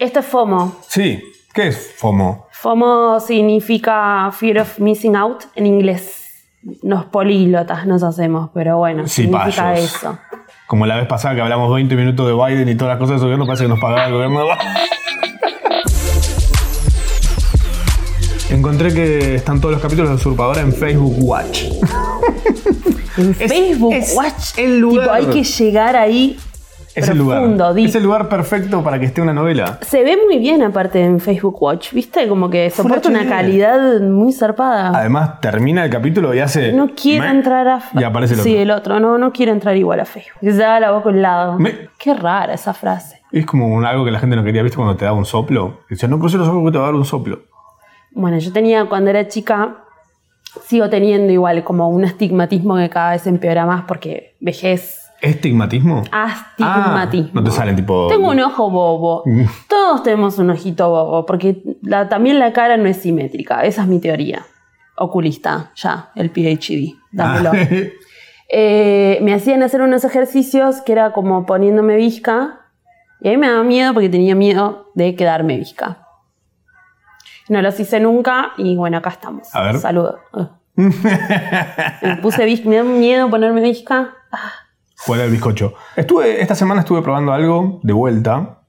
Esto es FOMO. Sí. ¿Qué es FOMO? FOMO significa Fear of Missing Out en inglés. Nos políglotas nos hacemos, pero bueno, Sí, significa payos. eso. Como la vez pasada que hablamos 20 minutos de Biden y todas las cosas de su gobierno, parece que nos pagaba el gobierno de Biden. Encontré que están todos los capítulos de Usurpadora en Facebook Watch. En Facebook, es Watch, el lugar. tipo, hay que llegar ahí Es el profundo, lugar. deep. Es el lugar perfecto para que esté una novela. Se ve muy bien aparte en Facebook Watch, ¿viste? Como que Full soporta una HD. calidad muy zarpada. Además, termina el capítulo y hace. no quiere Me- entrar a Y aparece el otro. Sí, el otro. No, no quiere entrar igual a Facebook. Se da la boca a un lado. Me- Qué rara esa frase. Es como un- algo que la gente no quería, ¿viste? Cuando te daba un soplo. Decía, no cruces los ojos porque te va a dar un soplo. Bueno, yo tenía cuando era chica, sigo teniendo igual como un astigmatismo que cada vez empeora más porque vejez. ¿Estigmatismo? Astigmatismo. Ah, no te salen tipo. Tengo un ojo bobo. Todos tenemos un ojito bobo, porque la- también la cara no es simétrica. Esa es mi teoría. Oculista, ya, el PhD. Dámelo. Ah, Eh, me hacían hacer unos ejercicios que era como poniéndome visca. Y a mí me daba miedo porque tenía miedo de quedarme visca. No los hice nunca y bueno, acá estamos. A ver. Saludo. Ugh. me puse visca, me da miedo ponerme visca. Ah, Fuera el bizcocho. Estuve, esta semana estuve probando algo de vuelta.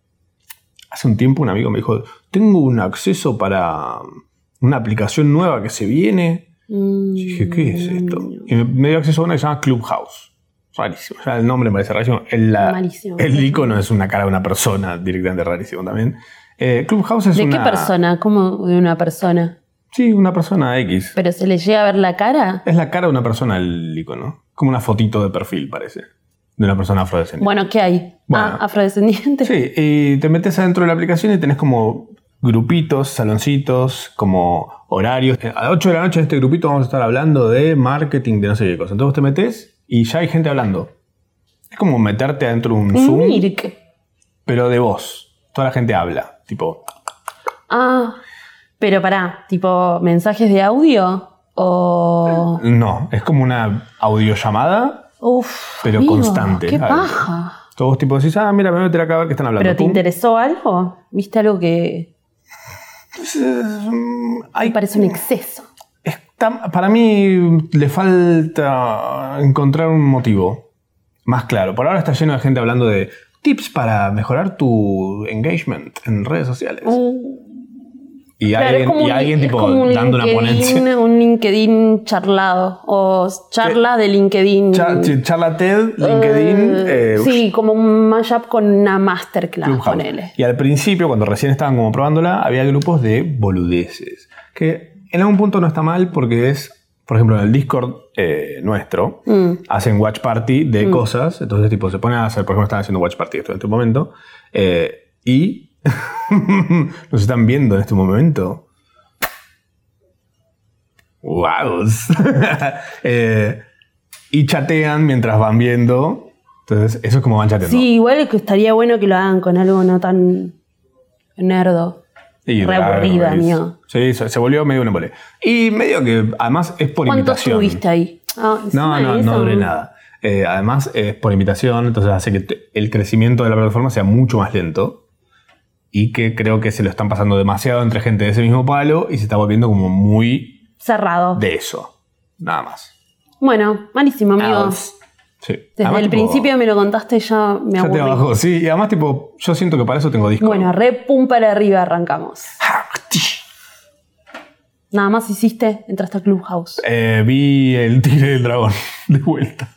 Hace un tiempo un amigo me dijo, tengo un acceso para mm, una aplicación nueva que se viene. mm. Y dije, ¿qué es esto? Y me, me dio acceso a una que se llama Clubhouse. Rarísimo. Ya el nombre me parece rarísimo. El, la- Malísimo. el icono es una cara de una persona, directamente rarísimo también. Eh, Clubhouse es ¿De una... qué persona? ¿Cómo de una persona? Sí, una persona X. ¿Pero se le llega a ver la cara? Es la cara de una persona el icono. Como una fotito de perfil, parece. De una persona afrodescendiente. Bueno, ¿qué hay? Eh, Bueno. Ah, afrodescendiente. Sí, y te metes adentro de la aplicación y tenés como grupitos, saloncitos, como horarios. Eh, A las 8 de la noche en este grupito vamos a estar hablando de marketing, de no sé qué cosa. Entonces vos te metes y ya hay gente hablando. Es como meterte adentro de un Zoom, Un Mirk. pero de voz. Toda la gente habla. Tipo, Ah, pero pará, tipo mensajes de audio o... no, es como una audiollamada. Uf, Pero amigo, constante, Qué a ver. paja. Todos vos tipo decís, ah, mira, me voy a meter acá a ver qué están hablando. ¿Pero te Pum. interesó algo? ¿Viste algo que Entonces, mm, me hay- parece un exceso? Está- para mí le falta encontrar un motivo más claro. Por ahora está lleno de gente hablando de tips para mejorar tu engagement en redes sociales. Uh, y claro, alguien, y un- alguien, es tipo como un dando una LinkedIn- ponencia. Eh, Un LinkedIn charlado o charla de LinkedIn. Cha- ch- charla TED, LinkedIn, Eh, eh, sí, como un mashup con una masterclass, Clubhouse. ponele. Y al principio, cuando recién estaban como probándola, había grupos de boludeces. Que en algún punto no está mal porque es, por ejemplo, en el Discord eh, nuestro, Mm. hacen watch party de cosas. Entonces, tipo, se ponen a hacer, por ejemplo, están haciendo watch party esto en este momento. eh, y nos están viendo en este momento. ¡Wow! Eh, y chatean mientras van viendo. Entonces, eso es como van chateando. Sí, igual que estaría bueno que lo hagan con algo no tan nerdo. Y Re raro, aburrido, es- amigo. Sí, se se volvió medio un embole. Y medio que, además, es por ¿Cuánto invitación. estuviste ahí? Ah, No, encima no, de no eso, duré nada. Eh, además, es por invitación, entonces hace que te- el crecimiento de la plataforma sea mucho más lento. Y que creo que se lo están pasando demasiado entre gente de ese mismo palo y se está volviendo como muy Cerrado. de eso. Nada más. Bueno, malísimo, amigo. Outs. Sí. Desde Además, el tipo, principio me lo contaste y ya me Ya te aburrí. bajó, sí. Y además, tipo, yo siento que para eso tengo Ah, disco. Bueno, re pum para arriba arrancamos. Nada más hiciste, entraste a Clubhouse. Eh, vi el tigre del dragón de vuelta.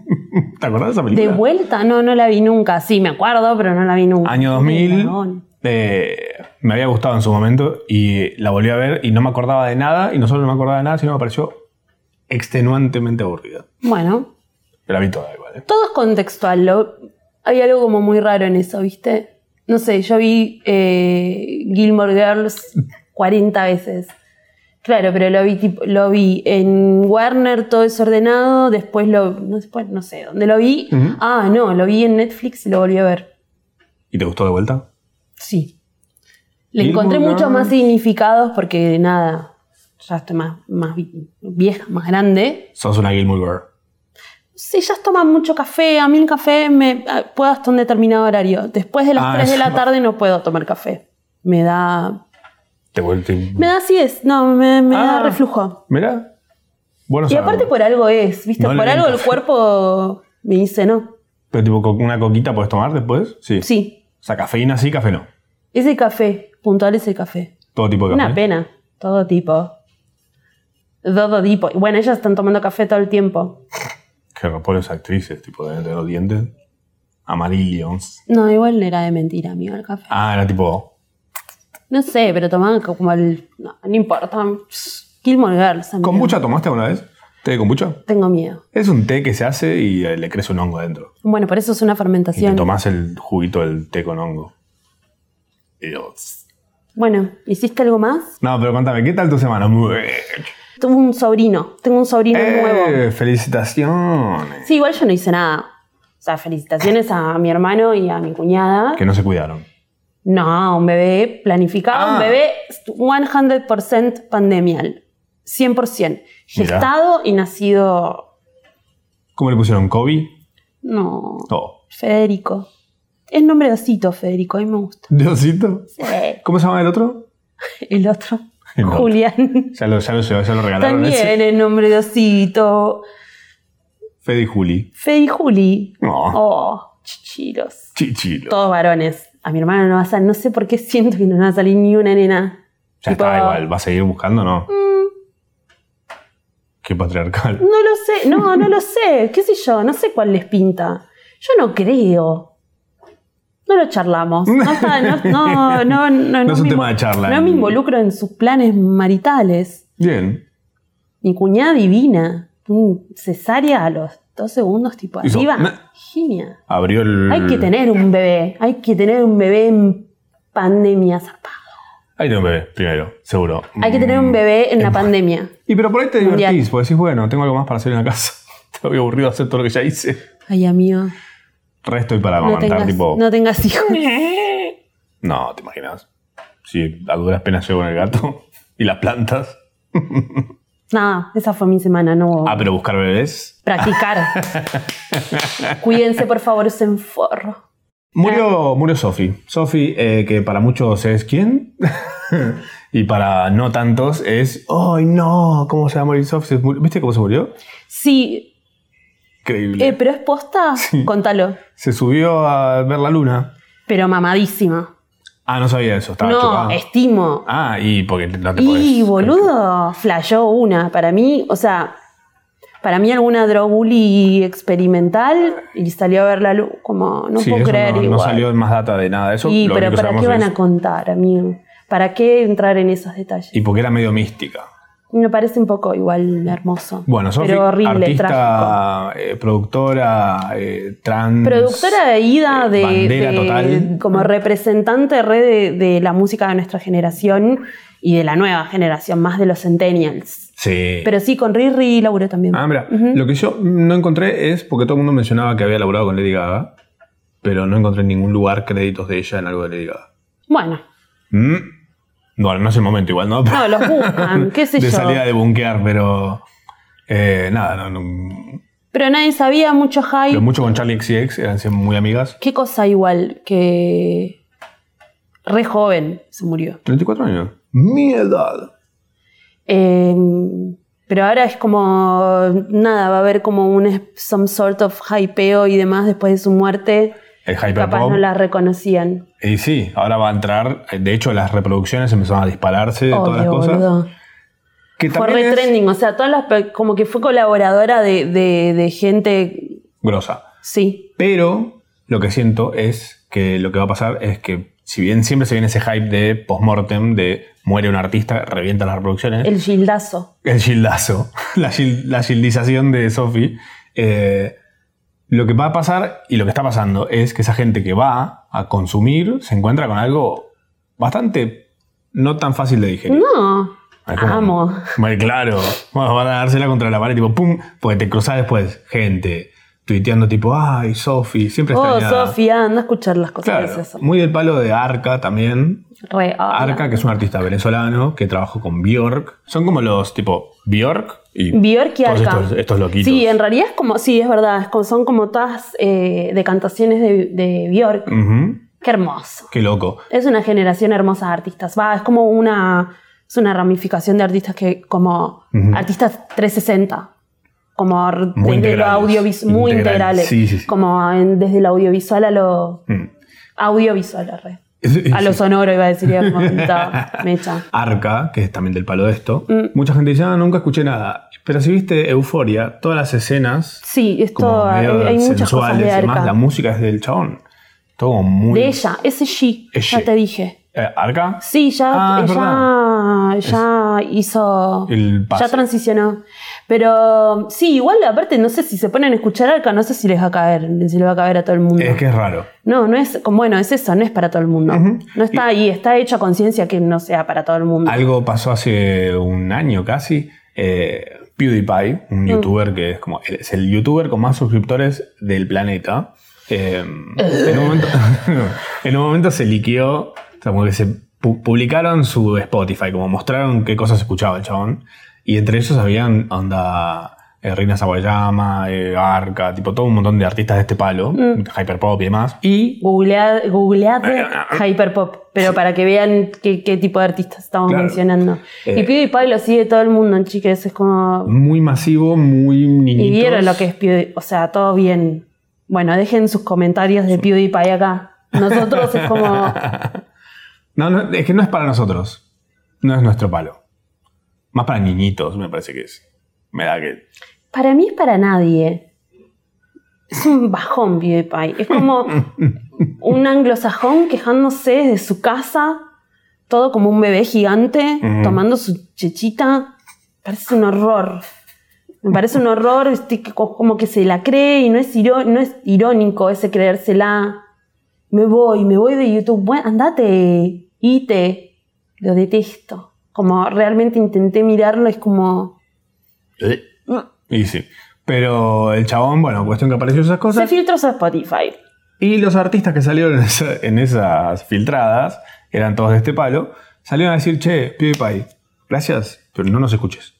¿Te acordás de esa ¿De película? vuelta? No, no la vi nunca. Sí, me acuerdo, pero no la vi nunca. Año 2000. Dragón. eh, me había gustado en su momento y la volví a ver y no me acordaba de nada. Y no solo no me acordaba de nada, sino me pareció extenuantemente aburrida. Bueno, Pero la vi toda igual. ¿eh? Todo es contextual. lo- hay algo como muy raro en eso, ¿viste? No sé, yo vi eh, Gilmore Girls 40 veces. Claro, pero lo vi, tipo- lo vi en Warner todo desordenado, después lo... No, después, no sé, ¿dónde lo vi? Ujú. Ah, no, lo vi en Netflix y lo volví a ver. ¿Y te gustó de vuelta? Sí. Le Gilmore encontré muchos Girls. más significados porque nada, ya estoy más, más vi- vieja, más grande. Sos una Gilmore Girl. si ellas toman mucho café, a mí el café me ah, puedo hasta un determinado horario. Después de las Ah, 3 de la eso. tarde no puedo tomar café. Me da. Te vuelve. Me da así es, no, me, me da Ah. reflujo. Mirá. Bueno, Y aparte por algo es, ¿viste? No le por den algo el café. cuerpo me dice no. Pero tipo, co- una coquita puedes tomar después. Sí. Sí, O sea, cafeína sí, café no. ese café, puntual ese café. Todo tipo de café. Una pena. Todo tipo. Todo tipo. Bueno, ellas están tomando café todo el tiempo. Que pobres actrices, tipo, deben tener los dientes amarillos. No, igual era de mentira, amigo, el café. Ah, era tipo. No sé, pero tomaban co- como el. No, no importa. Gilmore Girls. amigo. ¿Kombucha tomaste alguna vez? ¿Té de kombucha? Tengo miedo. Es un té que se hace y eh, le crece un hongo adentro. Bueno, por eso es una Y te fermentación. tomás el juguito del té con hongo. Dios. Bueno, ¿hiciste algo más? No, pero contame, ¿qué tal tu semana? Muy bien. Tuve un sobrino. Tengo un sobrino nuevo. ¡Eh! ¡Felicitaciones! Sí, igual yo no hice nada. O sea, felicitaciones a mi hermano y a mi cuñada. Que no se cuidaron. No, un bebé planificado, un Ah. bebé 100% pandemial. 100%. Gestado y nacido. ¿Cómo le pusieron? ¿Kobe? No, No. Federico. Es nombre de osito, Federico, a mí me gusta. ¿Diosito? Sí. ¿Cómo se llama el otro? El otro, El otro. Julián. Ya lo, ya lo, ya lo regalaron. También ese. es nombre de osito. Fede y Juli. Fede y Juli. No. Oh, chichiros. Chichilo. Todos varones. A mi hermano no va a salir, no sé por qué siento que no va a salir ni una nena. Ya Tipo, está, igual. ¿Va a seguir buscando no? Qué patriarcal. No lo sé, no, no lo sé, qué sé yo, no sé cuál les pinta. Yo no creo. No lo charlamos. No, está- no, no, no, no, No es un me tema invo- de charla. no me involucro en sus planes maritales. Bien. Mi cuñada divina, mm, cesárea a los dos segundos, tipo Hizo- Mm. arriba. me- Genia. Abrió el. Hay que tener un bebé, hay que tener un bebé en pandemia zarpado. Hay que tener un bebé, primero, seguro. Hay que tener Mm. un bebé en la pandemia. Y pero por ahí te Mundial. divertís, porque decís, bueno, tengo algo más para hacer en la casa. Te había aburrido hacer todo lo que ya hice. Ay, amigo, Resto y para no amamantar, tengas, tipo. no tengas hijos. No, ¿te imaginas? Si a duras penas llego con el gato y las plantas. Nada, esa fue mi semana, no hubo- Ah, pero buscar bebés. practicar. Cuídense, por favor, se enforro. Ah. Murió, murió Sofi. Sofi, eh, que para muchos es quién. y para no tantos es. ¡Ay, no! ¿Cómo se va a morir Sofi? Se murió- ¿Viste cómo se murió? Sí, Increíble. eh, pero es posta, contalo. Se subió a ver la luna. Pero mamadísima. Ah, no sabía eso. Estaba no, chocada. estimo. Ah, y porque no te podés. y boludo, flashó una. Para mí, o sea, para mí alguna droguli experimental y salió a ver la luz. Como, no Sí, puedo eso creer no, no igual. salió más data de nada. Eso y, lo pero único que ¿para qué sabemos van es- a contar, amigo? ¿Para qué entrar en esos detalles? Y porque era medio mística. Me parece un poco igual hermoso. Bueno, Sofi, pero horrible, trágico. artista, eh, productora, eh, trans. Productora de ida eh, de, bandera de- total. Mm. como representante re de, de la música de nuestra generación y de la nueva generación, más de los centennials. Sí. Pero sí, con Riri y Lauro también. Ah, mira, Ujú. lo que yo no encontré es porque todo el mundo mencionaba que había laburado con Lady Gaga, pero no encontré en ningún lugar créditos de ella en algo de Lady Gaga. Bueno, Mm. Bueno, no es el momento igual, ¿no? no, los buscan, qué sé de yo. salida de bunkear, pero. eh, nada, no, no- Pero nadie sabía, mucho hype. Pero mucho con Charlie XCX, eran siempre muy amigas. Qué cosa igual que re joven se murió. 34 años. Mi edad. Eh, pero ahora es como, nada, va a haber como un some sort of hypeo y demás después de su muerte. El Capaz hyperpop. no la reconocían. Y sí, ahora va a entrar. De hecho, las reproducciones empezaron a dispararse de todas las Obvio, cosas. boludo. Que Fue también re es trending, o sea, todas las pe- como que fue colaboradora de, de- de gente, grosa. sí, Pero lo que siento es que lo que va a pasar es que, si bien siempre se viene ese hype de postmortem, de muere un artista, revienta las reproducciones, el, el gildazo. gildazo, la, gil- la gildización de Sophie, eh, lo que va a pasar y lo que está pasando es que esa gente que va a consumir se encuentra con algo bastante no tan fácil de Mm. digerir. No, Es como- amo. Bueno, claro. Bueno, van a dársela contra la pared, tipo, pum, porque te cruzas después gente, tuiteando tipo, ay, Sofi, siempre Oh, extrañada. Sofía, anda a escuchar las cosas Claro, que es eso. muy del palo de Arca también. Re, ah, Arca, que es un artista venezolano que trabajó con Bjork. Son como los tipo Bjork y Bjork y todos Arca. Estos, eh, estos loquitos. Sí, en realidad es como, sí, es verdad, es como- son como todas eh, decantaciones de, de Bjork. Ujú, Qué hermoso. Qué loco. Es una generación hermosa de artistas. Va, es como una, es una ramificación de artistas que, como Ujú. artistas 360, como r- Muy desde lo integrales. audiovisual, muy Integrales, integrales, sí, sí, sí. como en- desde lo audiovisual a lo Mm. audiovisual, arre. Es- a lo es- sonoro iba a decir, iba como puta mecha. Arca, que es también del palo de esto. Mm. Mucha gente dice, ah, nunca escuché nada. Pero si viste Euforia, todas las escenas Sí, es como todo, hay, medio hay muchas cosas sensuales de y demás, la Arca. música es del chabón. Todo como muy... De ella, ese G, Es ya G. te dije. Eh, ¿Arca? Sí, ya, Ah, es ya, ya hizo. El paso. Ya transicionó. Pero sí, igual aparte, no sé si se ponen a escuchar arca, no sé si les va a caer, si le va a caer a todo el mundo. Es que es raro. No, no es, como bueno, es eso, no es para todo el mundo. Ujú. Ah, No está ahí, está hecho a conciencia que no sea para todo el mundo. Algo pasó hace un año casi. eh, PewDiePie, un Mm. youtuber que es como. Es el youtuber con más suscriptores del planeta. eh, en, un momento, en un momento se liqueó. O sea, como que se pu- publicaron su Spotify, como mostraron qué cosas escuchaba el chabón. Y entre ellos habían onda. eh, Reina Sawayama, eh, Arca, tipo todo un montón de artistas de este palo, Mm. hyperpop y demás. Y Ah, Googlead, googleate Hyperpop, pero para que vean qué, qué tipo de artistas estamos Claro. mencionando. Eh. y PewDiePie lo sigue todo el mundo, chiques, es como... muy masivo, muy niñitos. Y vieron lo que es PewDiePie. O sea, todo bien. Bueno, dejen sus comentarios de PewDiePie acá. Nosotros es como. No, no, es que no es para nosotros. No es nuestro palo. Más para niñitos, me parece que es. Me da que. Para mí es para nadie. Es un bajón PewDiePie. Es como un anglosajón quejándose desde su casa, todo como un bebé gigante, Ujú. tomando su chechita. Parece un horror. Me parece un horror, este, que co- como que se la cree y no es, iró- no es irónico ese creérsela. Me voy, me voy de YouTube. Bueno, andate, ite. Lo detesto. Como realmente intenté mirarlo, es como. ¿Eh? Y sí. Pero el chabón, bueno, cuestión que apareció esas Se cosas. filtró a Spotify. Y los artistas que salieron en, esa- en esas filtradas, eran todos de este palo, salieron a decir, che, PewDiePie, gracias, pero no nos escuches.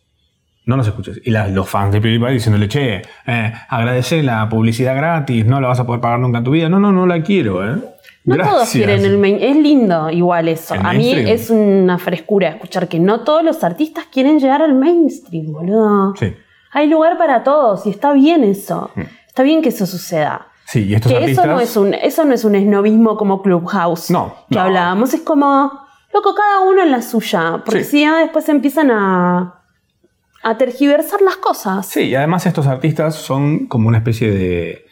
No nos escuches. Y las- los fans de PewDiePie diciéndole, che, eh, agradecé la publicidad gratis, no la vas a poder pagar nunca en tu vida. No, no, no la quiero, ¿eh? No todos Gracias". quieren el main. Es lindo igual eso. El A mí mainstream. es una frescura escuchar que no todos los artistas quieren llegar al mainstream, boludo. Sí. Hay lugar para todos y está bien eso. Está bien que eso suceda. Sí, y estos que artistas. eso no es un eso no es un esnovismo como Clubhouse No, que no. hablábamos es como loco cada uno en la suya porque Sí. si no después empiezan a a tergiversar las cosas Sí, y además estos artistas son como una especie de,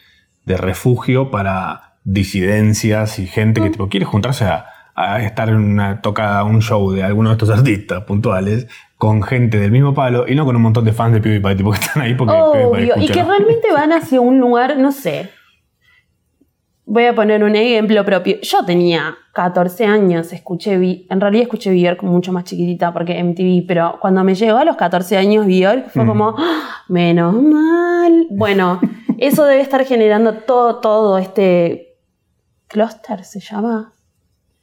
de refugio para disidencias y gente Mm. que tipo, quiere juntarse a, a estar en una tocada, un show de alguno de estos artistas puntuales con gente del mismo palo y no con un montón de fans de PewDiePie tipo, que están ahí porque PewDiePie Obvio, y escucha, que ¿no? realmente van hacia un lugar, no sé. Voy a poner un ejemplo propio. Yo tenía 14 años, escuché, Bi- en realidad escuché Bjork mucho más chiquitita porque MTV, pero cuando me llegó a los 14 años Bjork fue Mm. como, "Ah, menos mal. Bueno, eso debe estar generando todo, todo este clúster, se llama.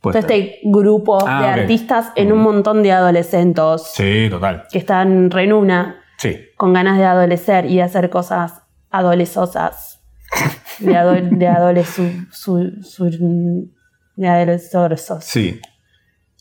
Puede Todo ser. este grupo Ah, de ok. artistas en un montón de adolescentes Sí, total. que están re en una Sí. con ganas de adolecer y de hacer cosas adolescosas. De, ado- de adole- su- su- su- de adolesorsos. Sí.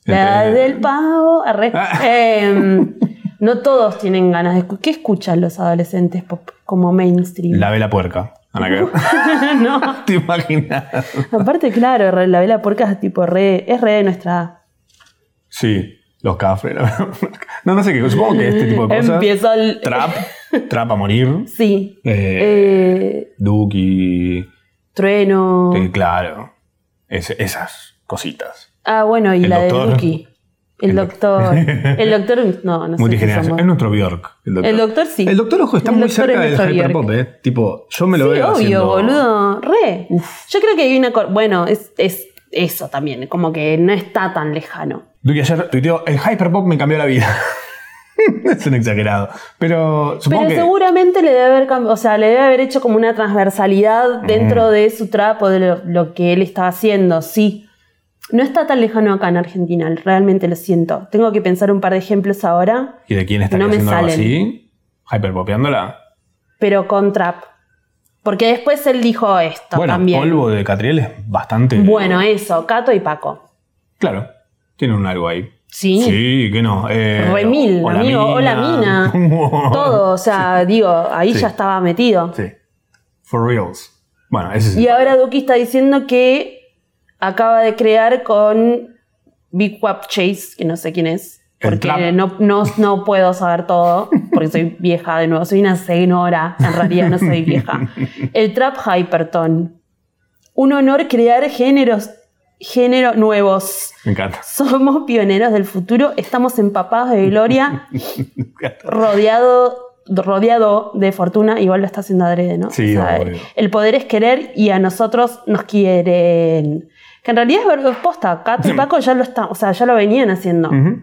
La Entre- del pavo. arre. Ah. Em, no todos tienen ganas de escu- ¿Qué escuchan los adolescentes pop como mainstream? La vela puerca. Ana, que- no. ¿Te imaginas? Aparte, claro, re- la vela puerca es tipo re, es re de nuestra edad. Sí, los cafres. la- No, no sé qué. Supongo que este tipo de cosas. Empieza el. Trap. Trap a morir. Sí. Eh, Eh, Duki. trueno. eh, claro. Es- esas cositas. Ah, bueno, y El la doctor. de Duki. El El doctor. El doctor. No, no sé. qué Multigeneración. somos. Es nuestro Bjork. El doctor, El doctor sí. El doctor, ojo, está El muy doctor cerca es del nuestro hyperpop, Bjork. ¿eh? Tipo, yo me lo sí, veo. obvio, haciendo- boludo. Re. Yo creo que hay una. cor- Bueno, es, es eso también. Como que no está tan lejano. Duki ayer tuiteó: el hyperpop me cambió la vida. es un exagerado. Pero supongo Pero que. seguramente le debe haber cam- o sea, le debe haber hecho como una transversalidad dentro de su trapo, de lo, lo que él estaba haciendo, sí. No está tan lejano acá en Argentina, realmente lo siento. Tengo que pensar un par de ejemplos ahora, ¿Y de quién está No me haciendo algo salen. así? Hyperpopeándola. pero con trap. Porque después él dijo esto Bueno, también. polvo de Catriel es bastante. Bueno, eso, Cato y Paco. Claro, tiene un algo ahí. Sí. Sí, que no. Eh, Remil, amigo, hola, mina. Todo, o sea, digo, ahí Sí. ya estaba metido. Sí. For reals. Bueno, ese es. Y ahora Duki está diciendo que acaba de crear con Big Wap Chase, que no sé quién es, El porque trap. no, no, no puedo saber todo, porque soy vieja de nuevo, soy una señora, en realidad no soy vieja. El Trap Hyperton. Un honor crear géneros, géneros nuevos. Me encanta. Somos pioneros del futuro, estamos empapados de gloria, Me encanta. rodeado, rodeado de fortuna, igual lo está haciendo adrede, ¿no? Sí, obvio. el poder es querer y a nosotros nos quieren. Que en realidad es ver- posta, Cato y Paco ya lo está, o sea, ya lo venían haciendo. Ujú.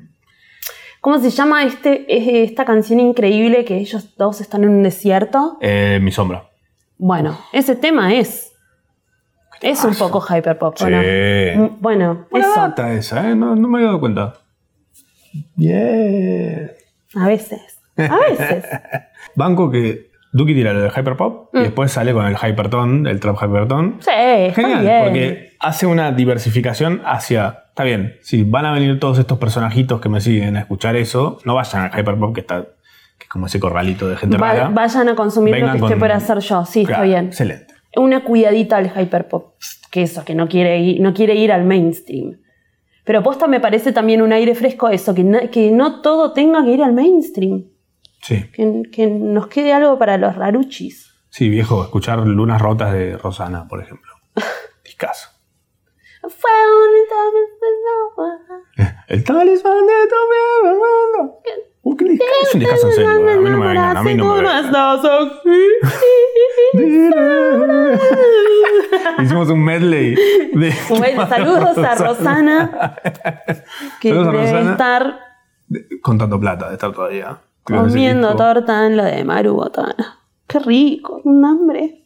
¿Cómo se llama este, es- esta canción increíble que ellos dos están en un desierto? Eh, mi sombra. Bueno, ese tema es. Es un poco hyperpop, ¿o ¿no? Sí. Mm, Bueno, Buena eso, data esa, ¿eh? No, no me había dado cuenta. Yeah. a veces. A veces. Banco que Duki tira lo del Mm. hyperpop y después sale con el hyperton, el trap hyperton. Sí, está Genial, bien. porque hace una diversificación hacia. Está bien, si van a venir todos estos personajitos que me siguen a escuchar eso, no vayan al hyperpop que está. que es como ese corralito de gente Va- rara. vayan a consumir lo Vengan que esté con- por hacer yo. Sí, Claro, está bien. Excelente. una cuidadita al hyperpop, que eso, que no quiere ir, no quiere ir al mainstream. Pero posta me parece también un aire fresco eso, que, na- que no todo tenga que ir al mainstream, Sí. que, que nos quede algo para los raruchis. Sí, viejo, escuchar Lunas Rotas de Rosana, por ejemplo. Discaso. Fue un etapa de El talismán de tu vida, Amanda. Uh, qué discazo. Es un discazo en serio. A mí no me vengan, a mí no me vengan. Diré. Hicimos un medley de. Bueno, saludos a Rosana, que Saludos a debe Rosana. estar Con tanto plata de estar todavía. Creo que ese comiendo tipo- torta en lo de Maru Botana. Qué rico, un hambre.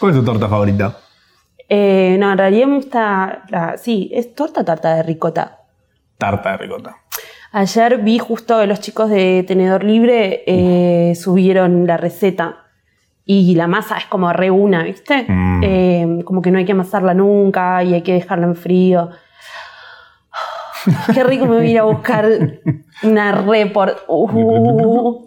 ¿Cuál es tu torta favorita? Eh, no, en realidad me gusta. la- sí, es torta o tarta de ricota. Tarta de ricota. Ayer vi justo que los chicos de Tenedor Libre eh, subieron la receta. Y la masa es como re una, ¿viste? Mm. Eh, como que no hay que amasarla nunca y hay que dejarla en frío. Qué rico me voy a ir a buscar una re, por- uh,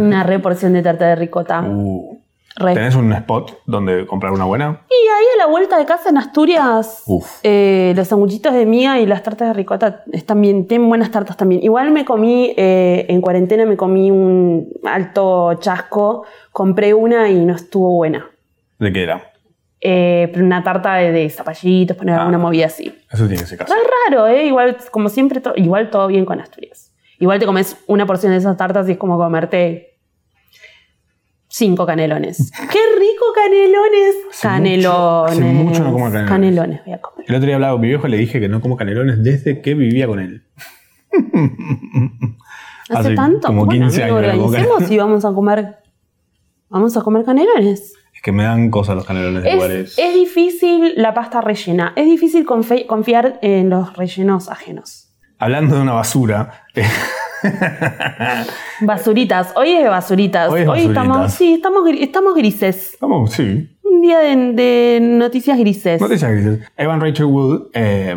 una re porción de tarta de ricota. Uh, Re. ¿Tenés un spot donde comprar una buena? Y ahí a la vuelta de casa en Asturias, Uf. eh, los sanguchitos de miga y las tartas de ricota están bien, tienen buenas tartas también. Igual me comí, eh, en cuarentena me comí un alto chasco, compré una y no estuvo buena. ¿De qué era? Eh, pero una tarta de, de zapallitos, poner Ah. alguna movida así. Eso tiene ese caso. No es raro, ¿eh? Igual, como siempre, to- igual todo bien con Asturias. Igual te comes una porción de esas tartas y es como comerte cinco canelones. ¡Qué rico canelones! Hace canelones. mucho- hace mucho no como canelones. Canelones voy a comer. El otro día hablaba con mi viejo y le dije que no como canelones desde que vivía con él. ¿Hace, Hace tanto? como Bueno, 15 amigo, años no como organicemos y vamos a comer. Vamos a comer canelones. Es que me dan cosas los canelones de Es, lugares. es difícil la pasta rellena. Es difícil confe- confiar en los rellenos ajenos. Hablando de una basura, eh, Basuritas. Hoy es de basuritas. Hoy es estamos, basuritas. sí, estamos, gri- estamos grises. vamos, sí. Un día de, de noticias grises. Noticias grises. Evan Rachel Wood, eh,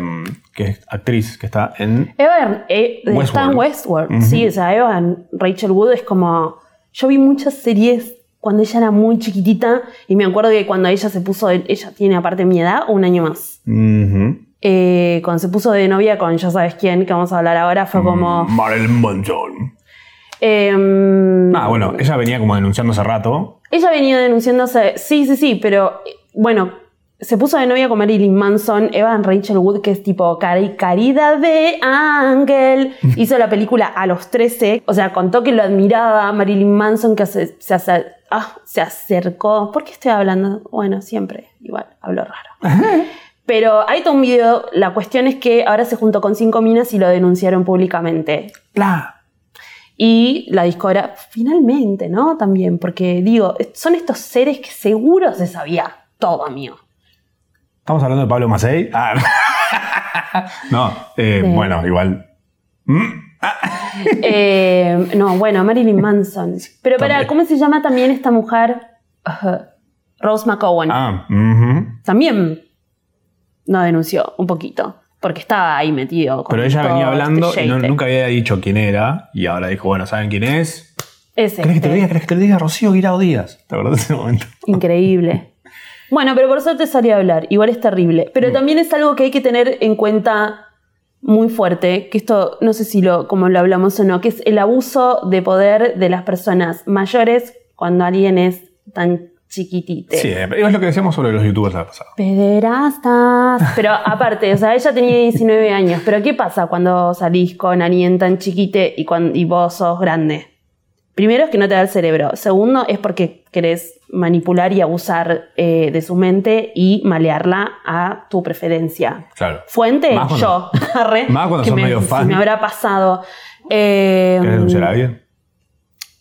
que es actriz que está en. Evan eh, está en Westworld. Westworld. Ujú. Sí, o sea, Evan Rachel Wood es como. Yo vi muchas series cuando ella era muy chiquitita y me acuerdo que cuando ella se puso. de- Ella tiene, aparte mi edad, un año más. Ujú. Eh, cuando se puso de novia con ya sabes quién, que vamos a hablar ahora, Mm. fue como. Marilyn Manson. em, Ah, bueno, ella venía como denunciando hace rato. Ella venía denunciándose, sí, sí, sí, pero eh, bueno, se puso de novia con Marilyn Manson, Evan Rachel Wood, que es tipo cari- Caridad de Ángel, hizo la película a los 13, o sea, contó que lo admiraba Marilyn Manson, que se, se acer- ah, se acercó, ¿por qué estoy hablando? Bueno, siempre, igual, hablo raro. Pero hay todo un video, la cuestión es que ahora se juntó con cinco minas y lo denunciaron públicamente. Claro. Y la discográfica, finalmente, ¿no? También, porque digo, son estos seres que seguro se sabía todo, amigo. ¿Estamos hablando de Pablo Macei? Ah, no, eh, Sí. bueno, igual. Mm, Eh, no, bueno, Marilyn Manson. Pero para, También. ¿cómo se llama también esta mujer? Ajá. Rose McCowan. Ah, ujú. También no denunció un poquito, porque estaba ahí metido. con Pero ella todo venía este hablando y no- jeite. nunca había dicho quién era. Y ahora dijo, bueno, ¿saben quién es? Es ¿Crees que te este. lo diga? ¿Crees que te lo diga Rocío Guirao Díaz? ¿Te acuerdas de ese momento? Increíble. Bueno, pero por suerte salió a hablar. Igual es terrible. Pero también es algo que hay que tener en cuenta muy fuerte, que esto no sé si lo, como lo hablamos o no, que es el abuso de poder de las personas mayores cuando alguien es tan chiquitito. Sí, eh, es lo que decíamos sobre los youtubers la pasada. Pederastas. Pero aparte, o sea, ella tenía 19 años. Pero ¿qué pasa cuando salís con alguien tan chiquite y, cuan- y vos sos grande? Primero es que no te da el cerebro. Segundo es porque querés manipular y abusar eh, de su mente y malearla a tu preferencia. Claro. Fuente, Más yo. cuando- Arre, más cuando que sos me, medio si fan. me habrá pasado. Eh, ¿Querés denunciar a alguien?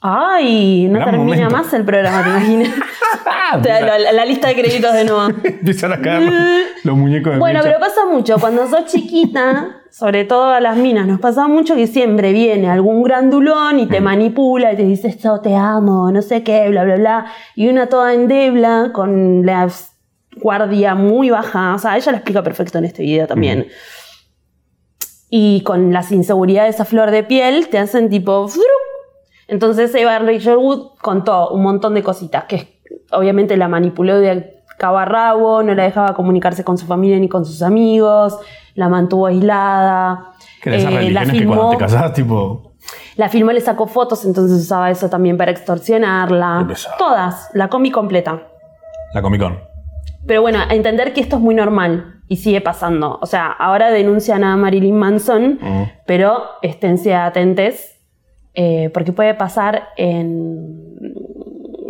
ay, no Gran termina momento. más el programa, ¿te imaginas? Ah, Te da la- la- la lista de créditos de nuevo. Empiezan Ah, a caer los, los muñecos de Bueno, Mecha. pero pasa mucho. Cuando sos chiquita, sobre todo a las minas, nos pasa mucho que siempre viene algún grandulón y te manipula y te dice, yo te amo, no sé qué, bla, bla, bla. Y una toda endebla con la guardia muy baja. O sea, ella lo explica perfecto en este video también. Y con las inseguridades a flor de piel te hacen tipo... "Fru". Entonces Eva Rachel Wood contó un montón de cositas, que obviamente la manipuló de cabo a rabo, no la dejaba comunicarse con su familia ni con sus amigos, la mantuvo aislada, Que de esas eh, la religiones que cuando filmó, te casás, tipo. la filmó, le sacó fotos, entonces usaba eso también para extorsionarla. Qué pesado. Todas, la combi completa. La Comic Con. Pero bueno, a entender que esto es muy normal y sigue pasando. O sea, ahora denuncian a Marilyn Manson, Mm. pero esténse atentes eh, porque puede pasar en...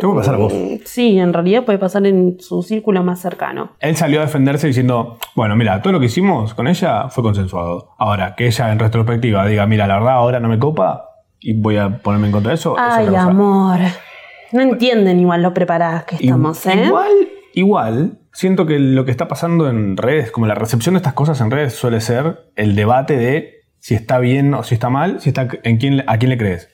¿Qué puede pasar a vos? Sí, en realidad puede pasar en su círculo más cercano. Él salió a defenderse diciendo, bueno, mira, todo lo que hicimos con ella fue consensuado. Ahora, que ella en retrospectiva diga, mira, la verdad ahora no me copa y voy a ponerme en contra de eso. es otra Ay, cosa. amor. No entienden igual lo preparadas que I- estamos, ¿eh? Igual, igual, siento que lo que está pasando en redes, como la recepción de estas cosas en redes suele ser el debate de si está bien o si está mal, si está en quién, le- a quién le crees.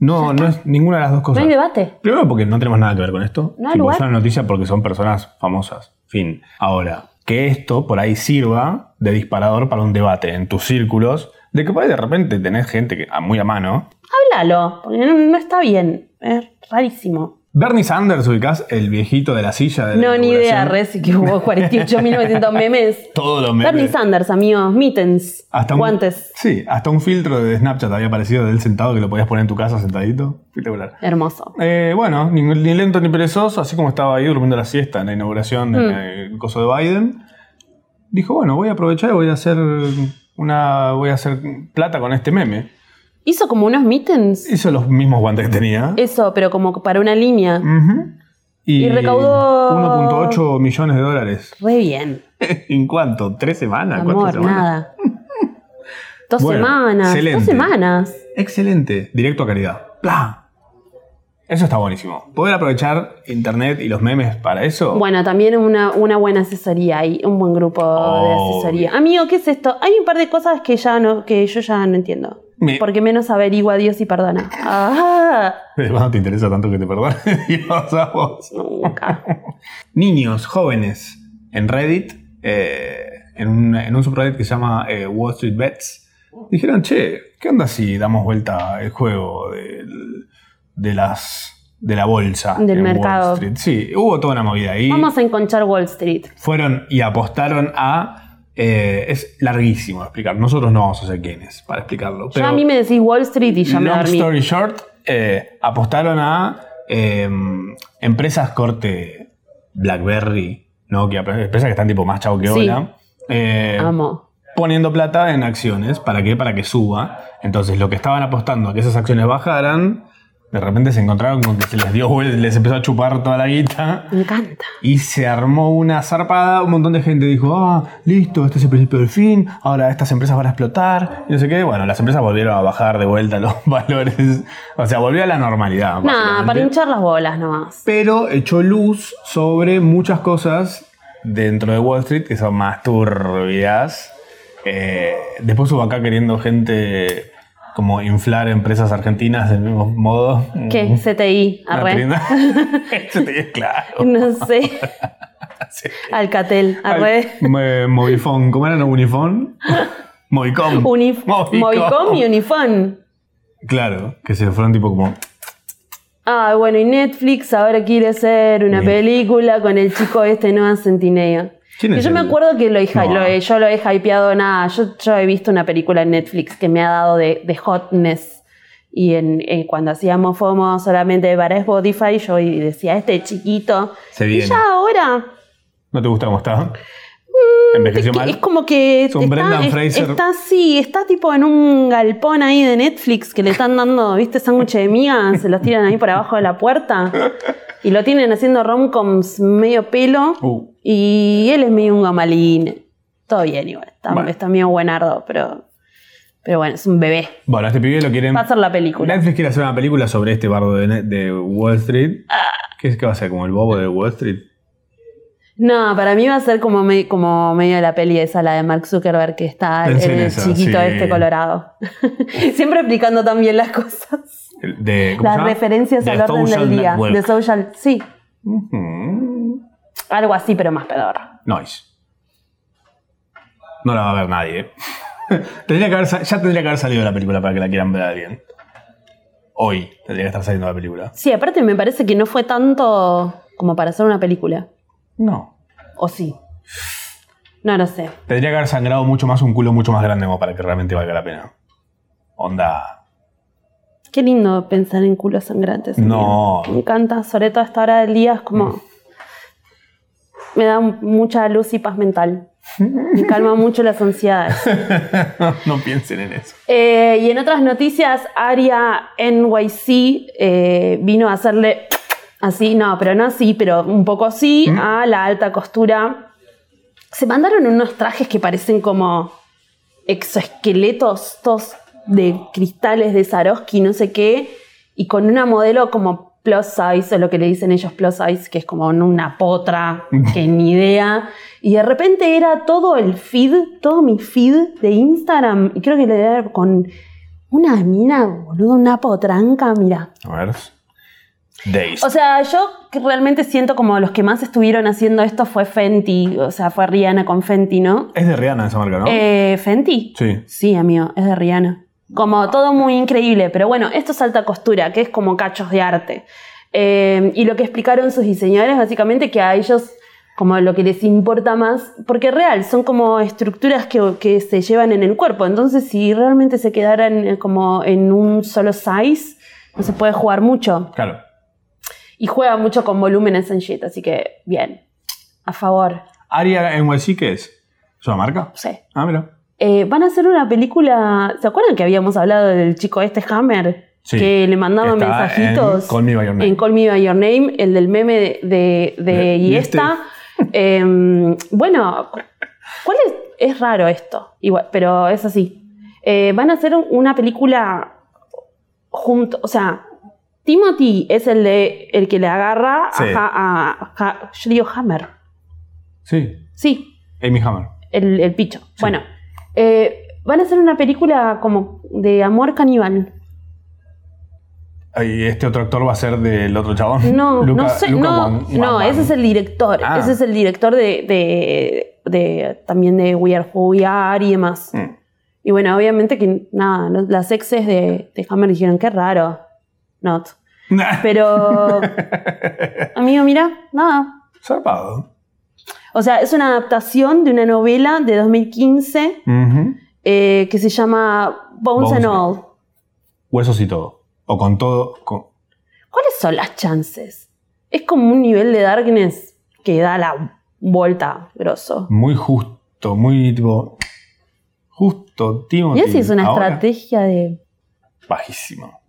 No, no es ninguna de las dos No cosas. hay debate. Primero porque no tenemos nada que ver con esto. No hay Tipo, lugar. es una noticia porque son personas famosas. Fin. Ahora, que esto por ahí sirva de disparador para un debate en tus círculos, de que por ahí de repente tenés gente que, a- muy a mano. Háblalo, porque no, no está bien. Es rarísimo. Bernie Sanders, ubicás el viejito de la silla de la No, ni idea, inauguración. Reci, que hubo 48.900 memes. Todos los memes. Bernie Sanders, amigos, mittens, Hasta un- guantes. Sí, hasta un filtro de Snapchat había aparecido del sentado que lo podías poner en tu casa sentadito. Espectacular. Hermoso. Eh, bueno, ni, ni lento ni perezoso, así como estaba ahí durmiendo la siesta en la inauguración en Mm. el coso de Biden, dijo, bueno, voy a aprovechar y voy a hacer una. voy a hacer plata con este meme. Hizo como unos mittens. Hizo los mismos guantes que tenía. Eso, pero como para una línea. Ujú. Eh, Y recaudó- 1.8 millones de dólares. Re bien. ¿En cuánto? ¿Tres semanas? ¿Cuatro Amor, Ah, semanas? nada. Dos Bueno, semanas. excelente. Dos semanas. Excelente. Directo a caridad. ¡Pla! Eso está buenísimo. Poder aprovechar internet y los memes para eso. Bueno, también una, una buena asesoría y un buen grupo de Obvio. asesoría. Amigo, ¿qué es esto? Hay un par de cosas que ya no, que yo ya no entiendo. Me- Porque menos averigua Dios y perdona. Ah, Además, no te interesa tanto que te perdone Dios a vos. nunca. Niños, jóvenes, en Reddit, eh, en, un, en un subreddit que se llama eh, Wall Street Bets, dijeron, che, ¿qué onda si damos vuelta el juego del- de las de la bolsa Del en mercado. Wall Street? Sí, hubo toda una movida ahí. Vamos a enconchar Wall Street. Fueron y apostaron a... eh, es larguísimo de explicar. Nosotros no vamos a ser quiénes para explicarlo. ya pero- a mí me decís Wall Street y ya me Long dormí. story short, eh, apostaron a eh, empresas corte BlackBerry, ¿no? Que, empresas que están tipo más chau que Sí. Ah. hola. eh, Amo. poniendo plata en acciones. ¿Para qué? Para que suba. Entonces, lo que estaban apostando a que esas acciones bajaran, De repente se encontraron con que se les dio vuelta, les empezó a chupar toda la guita. Me encanta. Y se armó una zarpada, un montón de gente dijo, ah, listo, este es el principio del fin, ahora estas empresas van a explotar, y no sé qué. Bueno, las empresas volvieron a bajar de vuelta los valores, o sea, volvió a la normalidad. Nada, básicamente. para hinchar las bolas nomás. Pero echó luz sobre muchas cosas dentro de Wall Street que son más turbias. Eh, después hubo acá queriendo gente como inflar empresas argentinas del mismo modo. ¿Qué? CTI, Una arre. tienda. Eso te digo, claro. No sé. Sí. Alcatel, arre. Ay, me- Movifón, ¿cómo era? ¿No? ¿Unifón? Movicom. Unif- Movicom. Movicom y Unifón. Claro, que se fueron tipo como... Ah, bueno, y Netflix ahora quiere hacer una Bien. película con el chico este Noah Centineo. ¿Quién Que es yo me el- acuerdo que lo, he- Noah? lo he- yo lo he hypeado nada. Yo, yo he visto una película en Netflix que me ha dado de, de hotness. Y en, en cuando hacíamos FOMO solamente para Spotify, yo y decía, este chiquito. Se Y viene. ya ahora ¿No te gusta cómo está? ¿Envejeció que mal? Mm, es como que Son está, Brendan es- Fraser. está así, está tipo en un galpón ahí de Netflix que le están dando, viste, sándwich de miga, se los tiran ahí por abajo de la puerta y lo tienen haciendo romcoms medio pelo Uh. y él es medio un gamalín. Todo bien igual, está, Bueno. está medio buenardo, pero, pero bueno, es un bebé. Bueno, a este pibe lo quieren... Va a ser la película. Netflix quiere hacer una película sobre este bardo de, Ne- de Wall Street. Ah. ¿Qué, es- qué va a ser? ¿Como el bobo de Wall Street? No, para mí va a ser como, me- como medio la peli esa, la de Mark Zuckerberg, que está Pensé en el esa, chiquito sí. este colorado. Siempre explicando tan bien las cosas. El- De, ¿cómo se Las llama? referencias The al orden Social del día. Network. De social, sí. Ujú. Algo así, pero más pedorra. Noise. No la va a ver nadie. ¿eh? tendría que haber, sa- ya tendría que haber salido la película para que la quieran ver a alguien. Hoy tendría que estar saliendo la película. Sí, aparte me parece que no fue tanto como para hacer una película. No. O sí. No lo sé. Tendría que haber sangrado mucho más un culo mucho más grande como para que realmente valga la pena. Onda. Qué lindo pensar en culos sangrantes. No. Mm. amigo. Me encanta, sobre todo a esta hora del día, es como. Me da un- mucha luz y paz mental. Me calma mucho las ansiedades. no piensen en eso. Eh, y en otras noticias, Aria NYC eh, vino a hacerle así, no, pero no así, pero un poco así, a la alta costura. Se mandaron unos trajes que parecen como exoesqueletos, todos de cristales de Swarovski, no sé qué, y con una modelo como plus size, o lo que le dicen ellos plus size, que es como una potra, que ni idea. Y de repente era todo el feed, todo mi feed de Instagram, y creo que le era con una mina, boludo, una potranca, mira. A ver. Days. O sea, yo que realmente siento como los que más estuvieron haciendo esto fue Fenty, o sea, fue Rihanna con Fenty, ¿no? es de Rihanna esa marca, ¿no? Eh, Fenty. sí. Sí, amigo, es de Rihanna. Como todo muy increíble, pero bueno, esto es alta costura, que es como cachos de arte. Eh, y lo que explicaron sus diseñadores, básicamente, que a ellos como lo que les importa más, porque real, son como estructuras que, que se llevan en el cuerpo, entonces si realmente se quedaran eh, como en un solo size, no se puede jugar mucho. Claro. Y juega mucho con volúmenes en shit, así que bien, a favor, Aria NYC, ¿qué es? ¿Es una marca? no sé. Ah, mira. Eh, van a hacer una película. ¿Se acuerdan que habíamos hablado del chico este Hammer? Sí. Que le mandaba Está mensajitos. en Call Me By Your Name. En Call Me By Your Name, el del meme de, de- de- De- y y este? esta. Em, bueno, ¿cuál es? Es raro esto, igual, pero es así. Eh, van a hacer un- una película junto, o sea, Timothy es el de el que le agarra a Sí. Ja- a, Ja- yo digo Hammer, Sí. sí, Amy Hammer. el, el picho. Bueno, eh, van a hacer una película como de amor caníbal. Ah, Y este otro actor va a ser del otro chabón. No, Luca- no sé, Luca no, Wang- no, Wang- ese es el director. Ah. Ese es el director de, de- de- también de We Are Who We Are y demás. Mm. Y bueno, obviamente que nada, no- las exes de, de Hammer dijeron, qué raro. Not. Mm. Pero, amigo, mira, nada. Zarpado. O sea, es una adaptación de una novela de 2015 Ujú. eh, que se llama Bones, Bones and and- All. Huesos y todo. O con todo. con- ¿Cuáles son las chances? Es como un nivel de darkness que da la vuelta, grosso. Muy justo, muy tipo. Justo, Timothy. Y así es una Ahora, estrategia de. Bajísimo.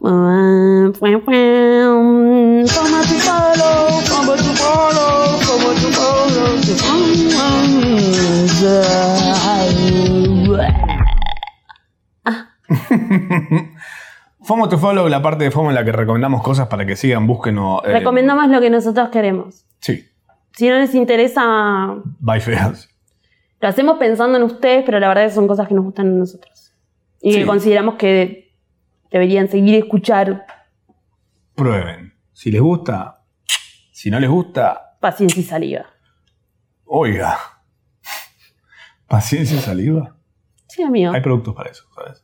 Toma tu um, palo, toma tu palo, toma tu palo. FOMO to Follow, la parte de FOMO en la que recomendamos cosas para que sigan, busquen o. eh, Recomendamos lo que nosotros queremos. Sí, Si no les interesa, bye feas. lo hacemos pensando en ustedes, pero la verdad es que son cosas que nos gustan a nosotros. Y Sí. que consideramos que deberían seguir y escuchar. Prueben. Si les gusta, si no les gusta, Paciencia y saliva. oiga. Paciencia y saliva. Sí, amigo. Hay productos para eso, ¿sabes?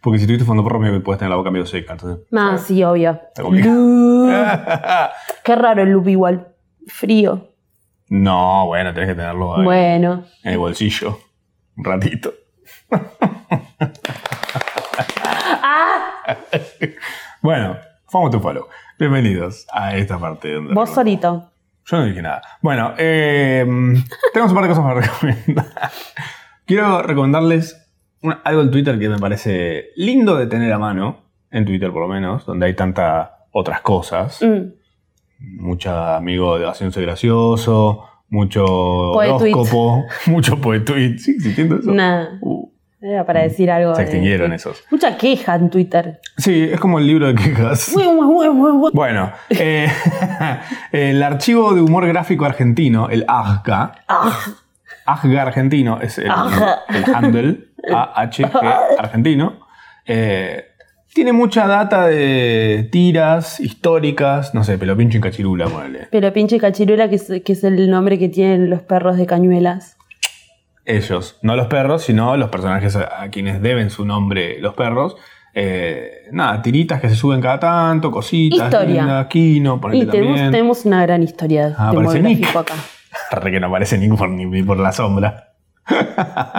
Porque si tuviste fondo porro, medio que puedes tener la boca medio seca, entonces. Más, sí, obvio. Está complicado. Ah. Lu- Qué raro el loop igual. Frío. no, bueno, tenés que tenerlo ahí Bueno. en el bolsillo. Un ratito. ¡Ah! Bueno, FOMO to Follow. Bienvenidos a esta parte. Donde Vos solito. Yo no dije nada. Bueno, eh, tenemos un par de cosas para recomendar. Quiero recomendarles un- algo en Twitter que me parece lindo de tener a mano, en Twitter por lo menos, donde hay tantas otras cosas. Mm. Mucha amigo de Haciéndose Gracioso, mucho Poetweet. horóscopo, mucho poetweet. Sí, existiendo eso. Nada. Uh, Era para decir algo. se de- extinguieron esos. Mucha queja en Twitter. Sí, es como el libro de quejas. Bueno, eh, el archivo de humor gráfico argentino, el AJGA, Ah, AJGA argentino es el, Ajá. el handle, AHG argentino. Eh, tiene mucha data de tiras históricas, no sé, Pelopincho y Cachirula, ponele. pero pinche cachirula, que es, que es el nombre que tienen los perros de cañuelas. Ellos, no los perros, sino los personajes a, a quienes deben su nombre los perros. Eh, nada, tiritas que se suben cada tanto, cositas, Historia. lindas, Kino, ponele Y tenemos, también. tenemos una gran historia Ah, de aparece humor Nick. gráfico acá. Re que no aparece ni por, ni por la sombra.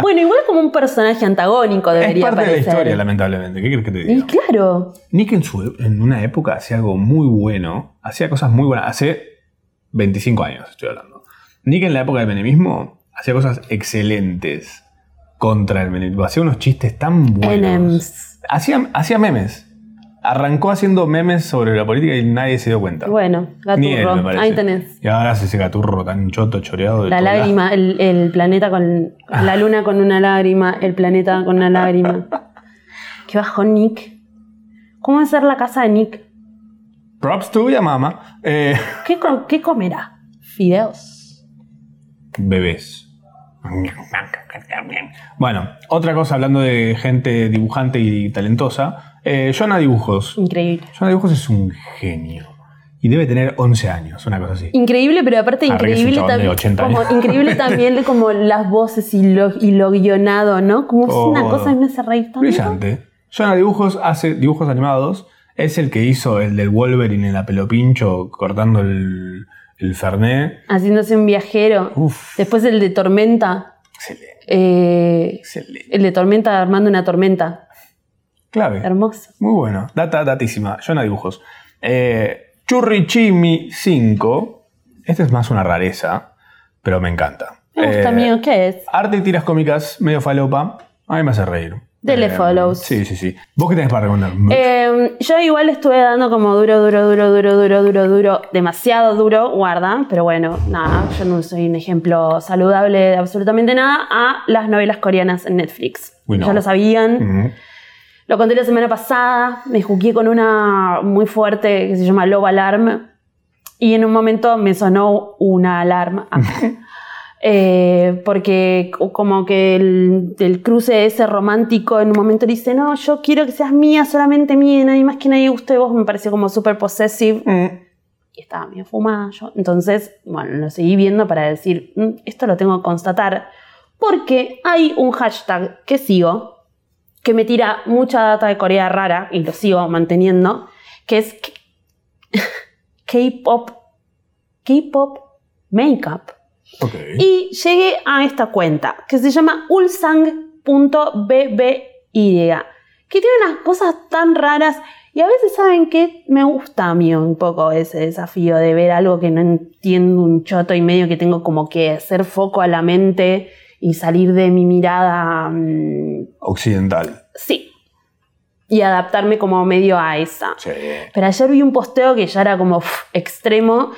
Bueno, igual como un personaje antagónico Es debería parte de la aparecer. historia, lamentablemente. ¿Qué crees que te diga? Y claro, Nick en, su- en una época hacía algo muy bueno, hacía cosas muy buenas, hace 25 años estoy hablando. Nick en la época del menemismo hacía cosas excelentes contra el menemismo, hacía unos chistes tan buenos. Enems. Hacía, hacía memes, arrancó haciendo memes sobre la política y nadie se dio cuenta. Bueno, Ni él, me gaturro. parece. Ahí tenés. Y ahora hace ese gaturro tan choto, choreado. De La todas- lágrima, el, el planeta con. La luna con una lágrima, el planeta con una lágrima. Qué bajo Nick. ¿Cómo va a ser la casa de Nick? Props tuya, mamá. Eh, ¿Qué, co- qué comerá? Fideos. bebés. Bueno, otra cosa hablando de gente dibujante y talentosa, eh, Jonah Dibujos. Increíble. Jonah Dibujos es un genio y debe tener 11 años, una cosa así. Increíble, pero aparte Arriba Ah, es un increíble chabón de 80 también. años. Como, increíble también como las voces y lo, y lo guionado, ¿no? Como es una Todo. cosa que me hace reír tanto. Oh. Brillante. Jonah Dibujos hace dibujos animados. Es el que hizo el del Wolverine en la pelopincho cortando el, el Fernet. Haciéndose un viajero. Uf, Después el de tormenta. excelente, eh, excelente. el de tormenta armando una tormenta. Clave. Hermoso. Muy bueno. Data, datísima. Yo no dibujos. Eh, Churrichimi 5. Este es más una rareza, pero me encanta. Me gusta, Eh, amigo. ¿Qué es? Arte y tiras cómicas, medio falopa. A mí me hace reír. Eh, Dele follows. Sí, sí, sí. ¿Vos qué tenés para recomendar? Eh, yo igual estuve dando como duro, duro, duro, duro, duro, duro, duro, demasiado duro, guarda, pero bueno, nada, yo no soy un ejemplo saludable de absolutamente nada a las novelas coreanas en Netflix. Uy, no. Ya lo sabían, Mm. lo conté la semana pasada, me juqué con una muy fuerte que se llama Love Alarm y en un momento me sonó una alarma. Eh, porque co- como que el, el cruce ese romántico en un momento le dice, no, yo quiero que seas mía, solamente mía, y nadie más que nadie guste de vos, me pareció como súper possessive Mm. y estaba medio fumada yo. Entonces, bueno, lo seguí viendo para decir, "Mm, esto lo tengo que constatar, porque hay un hashtag que sigo, que me tira mucha data de Corea rara, y lo sigo manteniendo, que es K- K-pop, K-pop makeup. Ok. Y llegué a esta cuenta que se llama ulsang.bby, que tiene unas cosas tan raras y a veces saben que me gusta a mí un poco ese desafío de ver algo que no entiendo un choto y medio que tengo como que hacer foco a la mente y salir de mi mirada... mm, Occidental. sí. y adaptarme como medio a esa. Sí. Pero ayer vi un posteo que ya era como uf, extremo,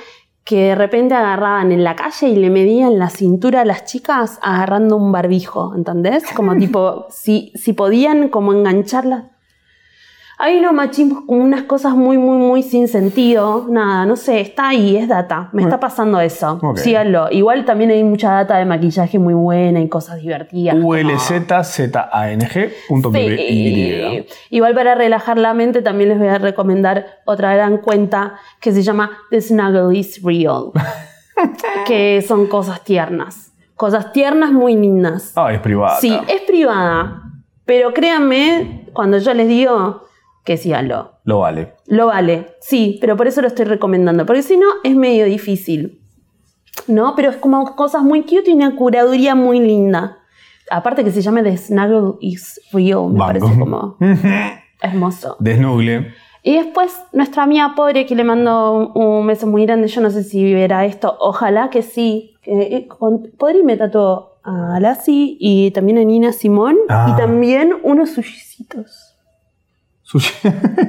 que de repente agarraban en la calle y le medían la cintura a las chicas agarrando un barbijo, ¿entendés? Como tipo, si, si podían como engancharlas. Hay unos machismos con pues unas cosas muy, muy, muy sin sentido. Nada, no sé, está ahí, es data. Me está pasando eso. Ok. Síganlo. Igual también hay mucha data de maquillaje muy buena y cosas divertidas. como- ulzzang.py. Sí. Igual para relajar la mente también les voy a recomendar otra gran cuenta que se llama The Snuggle is Real, que son cosas tiernas, cosas tiernas muy lindas. Ah, es privada. Sí, es privada, pero créanme cuando yo les digo que síganlo. Lo vale. Lo vale, sí, pero por eso lo estoy recomendando, porque si no es medio difícil. No, pero es como cosas muy cute y una curaduría muy linda. Aparte que se llame The Snuggle is Real, me Banco. parece como hermoso. Desnugle. Y después nuestra amiga pobre que le mando un- un beso muy grande, yo no sé si verá esto, ojalá que sí. Eh, eh, con- Podri me tatuó a Lassie y también a Nina Simón Ah. y también unos sushicitos. Sushi.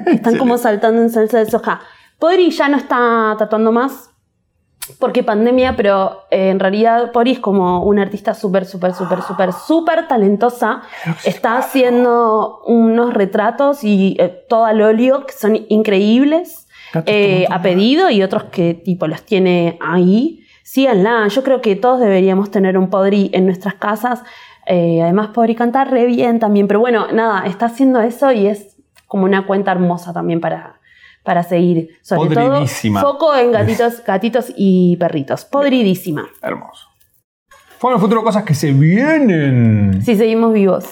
Están como saltando en salsa de soja. Podri ya no está tatuando más porque pandemia, pero eh, en realidad Podri es como una artista súper, súper, súper, súper, súper talentosa. Está haciendo unos retratos y eh, todo al óleo que son increíbles Gato, eh, a pedido y otros que tipo los tiene ahí. Síganla, yo creo que todos deberíamos tener un Podri en nuestras casas. Eh, además, Podri canta re bien también, pero bueno, nada, está haciendo eso y es como una cuenta hermosa también para, para seguir. Sobre todo, Podridísima. foco en gatitos, gatitos y perritos. Podridísima, Hermoso. Fueron el futuro cosas que se vienen. si seguimos vivos.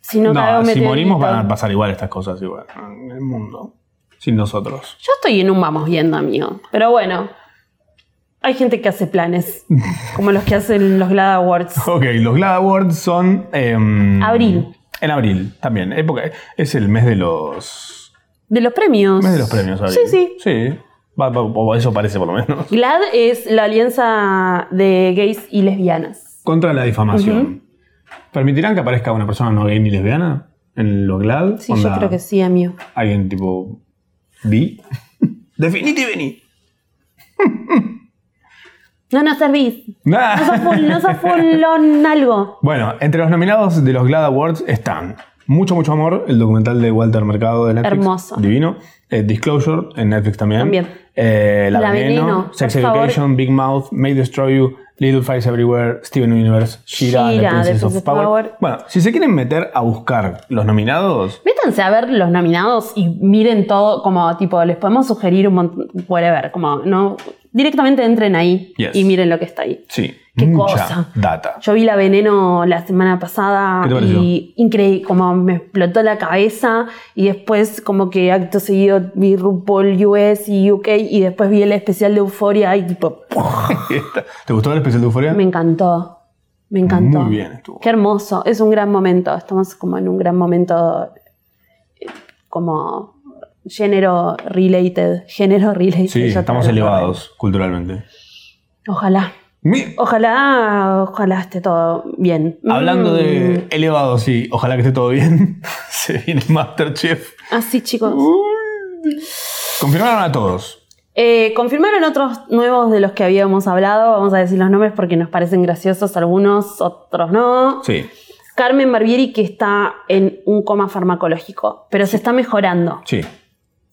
Si no, cada vez si metido en morimos esto. van a pasar igual estas cosas igual. En el mundo. Sin nosotros. Yo estoy en un vamos viendo, amigo. Pero bueno, hay gente que hace planes, como los que hacen los GLAD Awards. Ok, los GLAAD Awards son. em, Abril. En abril también. Época, es el mes de los. De los premios. Mes de los premios, abril. Sí, sí. Sí. Va- va- o eso parece por lo menos. GLAD es la alianza de gays y lesbianas. Contra la difamación. ¿Permitirán que aparezca una persona no gay ni lesbiana en los GLAAD? Sí, Onda, yo creo que sí, amigo. Alguien tipo. ¿Di? Definitivamente. No nos servís. Nah. No sos full, no sos fullón algo. Bueno, entre los nominados de los GLAAD Awards están Mucho, mucho amor, el documental de Walter Mercado de Netflix. Hermoso. Divino. Eh, Disclosure en Netflix también. También. Eh, La, La Veneno, Veneno, Sex por favor. Education, Big Mouth, May Destroy You, Little Fires Everywhere, Steven Universe, Shira, She-Ra, The Princess of Power. Power. Bueno, si se quieren meter a buscar los nominados, Métanse a ver los nominados y miren todo, como tipo, les podemos sugerir un montón, whatever, como no. Directamente entren ahí Yes. y miren lo que está ahí. sí, Qué mucha cosa. data. Yo vi La Veneno la semana pasada ¿Qué te pareció? y increíble, como me explotó la cabeza y después como que acto seguido vi RuPaul US y UK y después vi el especial de Euforia y tipo, ¡puf! ¿Te gustó el especial de Euforia? me encantó, me encantó. ¿Eh? Muy bien estuvo. Qué hermoso, es un gran momento, estamos como en un gran momento eh, como género related, género related. Sí, ya estamos te lo elevados culturalmente. saben. Ojalá. Mi- Ojalá, ojalá esté todo bien. Hablando Mm. de elevado, sí, ojalá que esté todo bien. Se viene Masterchef. Mm, Así, chicos. Confirmaron a todos. Eh, confirmaron otros nuevos de los que habíamos hablado. Vamos a decir los nombres porque nos parecen graciosos algunos, otros no. Sí, Carmen Barbieri, que está en un coma farmacológico, pero se está mejorando. sí.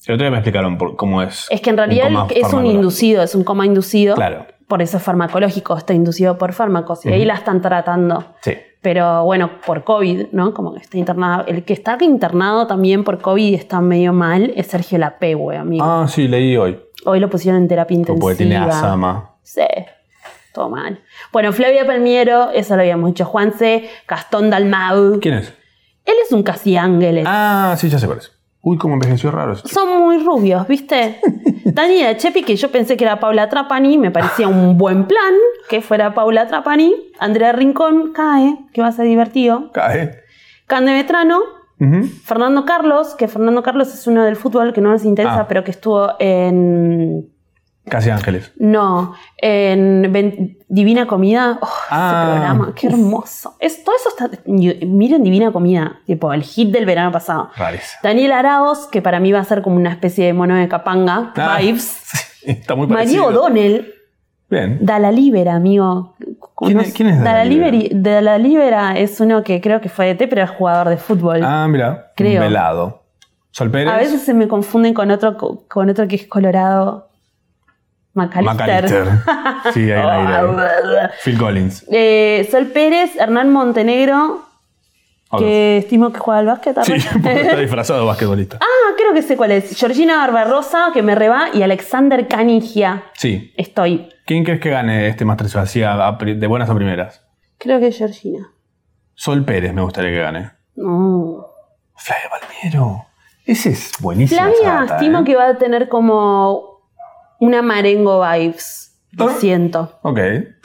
El otro día me explicaron por cómo es. Es que en un coma realidad es un farmacológico. inducido, es un coma inducido. Claro. Por eso es farmacológico, está inducido por fármacos. Y ahí la están tratando. Sí. Pero bueno, por COVID, ¿no? Como que está internado. El que está internado también por COVID y está medio mal es Sergio Lapegue, amigo. Ah, sí, leí hoy. Hoy lo pusieron en terapia intensiva. Porque tiene asama. Sí, todo mal. Bueno, Flavia Palmiero, eso lo habíamos dicho, Juanse, Gastón Dalmau. ¿Quién es? Él es un casi ángeles. Ah, sí, ya sé cuál es. Uy, cómo envejeció raro eso. Son muy rubios, ¿viste? Daniela Chepi, que yo pensé que era Paula Trapani, me parecía un buen plan que fuera Paula Trapani. Andrea Rincón, cae, que va a ser divertido. Cae. Cande Metrano, Ujú. Fernando Carlos, que Fernando Carlos es uno del fútbol que no nos interesa, Ah. pero que estuvo en Casi Ángeles. No, en Ven- Divina Comida. Oh, ese Ah. programa, qué hermoso. Es, todo eso está. Miren Divina Comida, tipo el hit del verano pasado. Rares. Daniel Araos, que para mí va a ser como una especie de mono de capanga, Ah, vibes. sí, Está muy María parecido. O'Donnell, Bien. Dala Libera, amigo. ¿Quién es- quién es Dalla Liberi- Dalla Libera es uno que creo que fue de T, pero es jugador de fútbol. Ah, mira. Creo. Velado. Sol Pérez. A veces se me confunden con otro, co- con otro que es colorado. McAllister. Macalister. Ah, Sí, ahí el aire. Phil Collins. Eh, Sol Pérez, Hernán Montenegro, Ok. que estimo que juega al básquet. Sí, arre. porque está disfrazado de basquetbolista. ah, creo que sé cuál es. Georgina Barbarosa, que me reba, y Alexander Canigia. Sí. Estoy. ¿Quién crees que gane este Masterchef así a- a pri- de buenas a primeras? Creo que es Georgina. Sol Pérez me gustaría que gane. No. Flavia Palmiero. Ese es buenísimo. Flavia, ¿eh? estimo que va a tener como una marengo vibes. Lo ¿Ah? siento. Ok.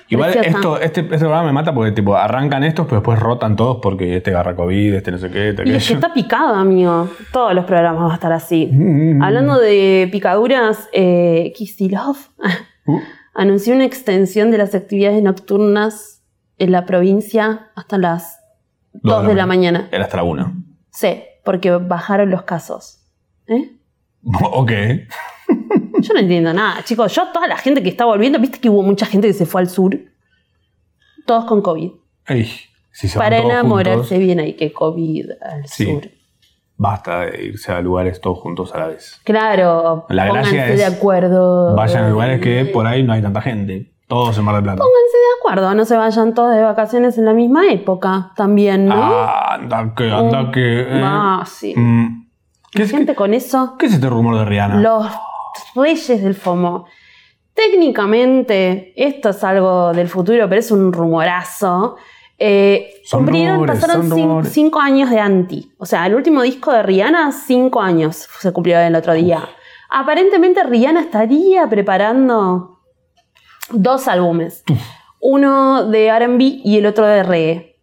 Igual Preciosa. esto, este, este programa me mata porque tipo arrancan estos, pero después rotan todos porque este agarra COVID, este no sé qué, este Y es que aquello. está picado, amigo. Todos los programas van a estar así. Mm, mm, Hablando de picaduras, eh, Kisilov uh, anunció una extensión de las actividades nocturnas en la provincia hasta las 2 de la mañana. Era hasta la una. Sí, porque bajaron los casos. ¿Eh? ok. Yo no entiendo nada, chicos. Yo, toda la gente que está volviendo, viste que hubo mucha gente que se fue al sur. Todos con COVID. Ey, si se van Para todos enamorarse juntos, bien hay que COVID al Sí. sur. basta de irse a lugares todos juntos a la vez. Claro, La gracia pónganse es de acuerdo. Vayan a lugares que por ahí no hay tanta gente. Todos en Mar del Plata. Pónganse de acuerdo, no se vayan todos de vacaciones en la misma época también, ¿no? Ah, anda que, anda que. eh. Ah, sí. Mm. ¿Qué, es, Gente con eso, qué es este rumor de Rihanna? los reyes del FOMO. Técnicamente, esto es algo del futuro, pero es un rumorazo. Eh, Son cumplieron, rumores, pasaron son cin- rumores. cinco años de anti. O sea, el último disco de Rihanna, cinco años, se cumplió el otro día. Aparentemente Rihanna estaría preparando dos álbumes. Uno de RB y el otro de reggae.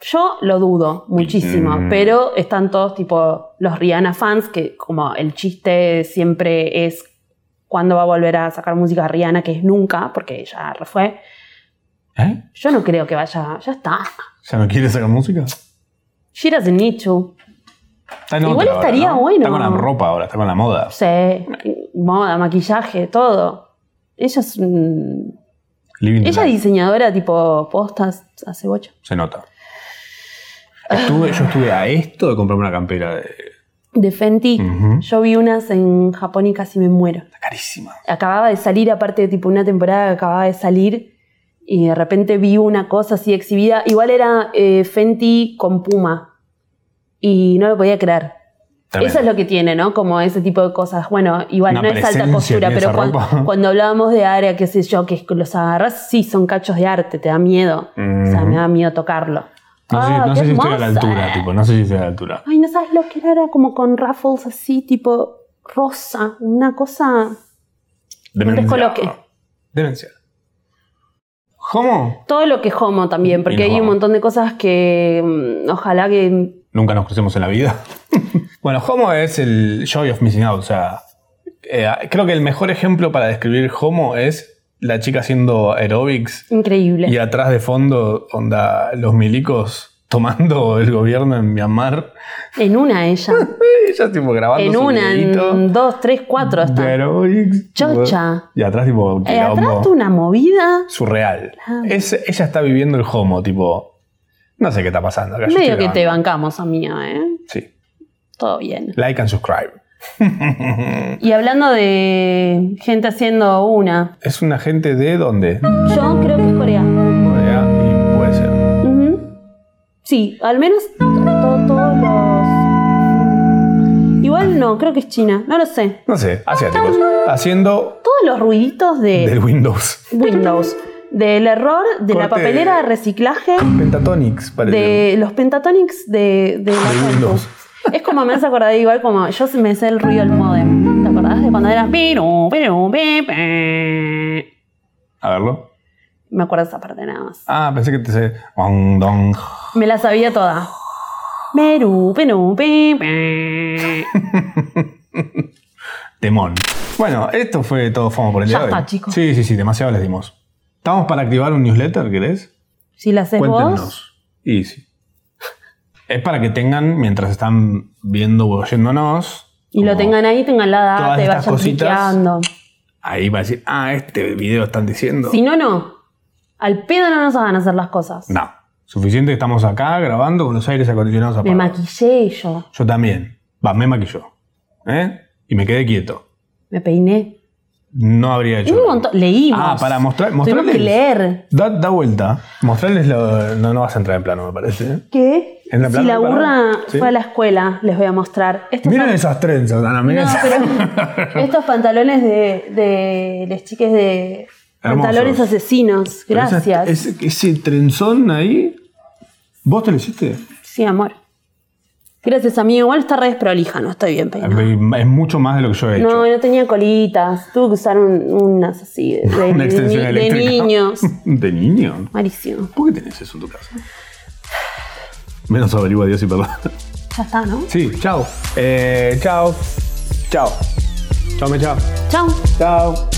Yo lo dudo muchísimo, Mm. pero están todos tipo los Rihanna fans, que como el chiste siempre es cuándo va a volver a sacar música Rihanna, que es nunca, porque ya re fue. ¿Eh? Yo no creo que vaya, ya está. ¿Ya no quiere sacar música? She doesn't need to. Está en Igual otra ahora, estaría ¿no? bueno. Está con la ropa ahora, está con la moda. Sí, moda, maquillaje, todo. Ella es un- Living the Ella es life. diseñadora tipo postas, hace bocha. Se nota. Estuve, yo estuve a esto de comprarme una campera. de- De Fenty, Ujú. yo vi unas en Japón y casi me muero. Está carísima. acababa de salir, aparte de tipo una temporada que acababa de salir, y de repente vi una cosa así exhibida. Igual era eh, Fenty con Puma. Y no lo podía creer. Tremendo. Eso es lo que tiene, ¿no? Como ese tipo de cosas. Bueno, igual Una no es alta presencia costura, tiene pero esa cuan- ropa. cuando, hablábamos de área, qué sé yo, que los agarras, sí, son cachos de arte, te da miedo. O sea, Ujú. me da miedo tocarlo. No sé, Ah, no qué sé si estoy a la hermosa. altura, tipo, no sé si estoy a la altura. Ay, no sabes lo que era, era como con raffles así, tipo rosa, una cosa descoloque. Demencial. ¿Cómo? Todo lo que es homo también, porque hay un homo. montón de cosas que mm, ojalá que... Nunca nos crucemos en la vida. bueno, Homo es el joy of missing out. O sea, eh, creo que el mejor ejemplo para describir Homo es la chica haciendo aerobics Increíble. y atrás de fondo, onda, los milicos tomando el gobierno en Myanmar. En una ella. Ella, tipo, grabando en su una, videíto en dos, tres, cuatro de está. aerobics. tipo, Chocha. Y atrás, tipo, Eh, quilombo. atrás de una movida surreal. Ah. Es, ella está viviendo el homo, tipo. No sé qué está pasando. acá, yo medio estoy que te grabando. bancamos, amiga, ¿eh? Sí. Todo bien. Like and subscribe. Mm. Y hablando de gente haciendo una, ¿Es un agente de dónde? yo creo que es Corea. Corea y puede ser. Ujú. Sí, al menos to- to- todos los... Igual no, creo que es China, no lo sé. No sé, asiáticos. Haciendo Todos los ruiditos de... del Windows. Windows. Del error de la Corte. papelera de reciclaje Pentatonics, parece. de los pentatonics de, de la compu. Windows. Es como me hace acordar igual como yo se me sé el ruido del modem. ¿Te acordás de cuando era pero, pero, pepe? A verlo. Me acuerdo esa parte nada más. Ah, pensé que te sé. Ong, dong. Me la sabía toda. Meru, peru, pepe. Temón. Bueno, esto fue todo FOMO por el Ya día de está, hoy. chicos. Sí, sí, sí, demasiado les dimos. ¿Estamos para activar un newsletter, querés? Si la haces vos, Cuéntenos. Y sí. Es para que tengan, mientras están viendo o oyéndonos, y lo como- tengan ahí, tengan la todas data y estas vayan cositas. cliqueando. ahí va a decir, ah, este video están diciendo. Si no, no. Al pedo no nos hagan hacer las cosas. No, suficiente que estamos acá grabando con los aires acondicionados Me apagados. maquillé yo, Yo también. Va, me maquilló. ¿Eh? Y me quedé quieto. me peiné. No habría hecho. Un lo montón. Leímos. Ah, para mostrar- Tuvimos que mostrarles. leer. Da, da vuelta. Mostrarles lo. No, no vas a entrar en plano, me parece. ¿eh? ¿Qué? ¿En la Si planta la para? burra Sí. fue a la escuela, les voy a mostrar. Estos Miren son- esas trenzas, Ana. Miren No, esas- pero estos pantalones de, de las chiques de. Pantalones Hermosos. asesinos. Pero esas- Gracias. ese- ese trenzón ahí. ¿Vos te lo hiciste? Sí, amor. Gracias, amigo. Igual está re desprolija, no estoy bien peinada. Es mucho más de lo que yo he hecho. No, no tenía colitas. Tuve que usar un- unas así de, de- de Una extensión ni- de eléctrica. niños. ¿De niño? Malísimo. ¿Por qué tenés eso en tu casa? Menos averigua Dios y perdón. Ya está, ¿no? Sí, chao. Eh, chao. Chao. Chao, me chao. Chao. Chao.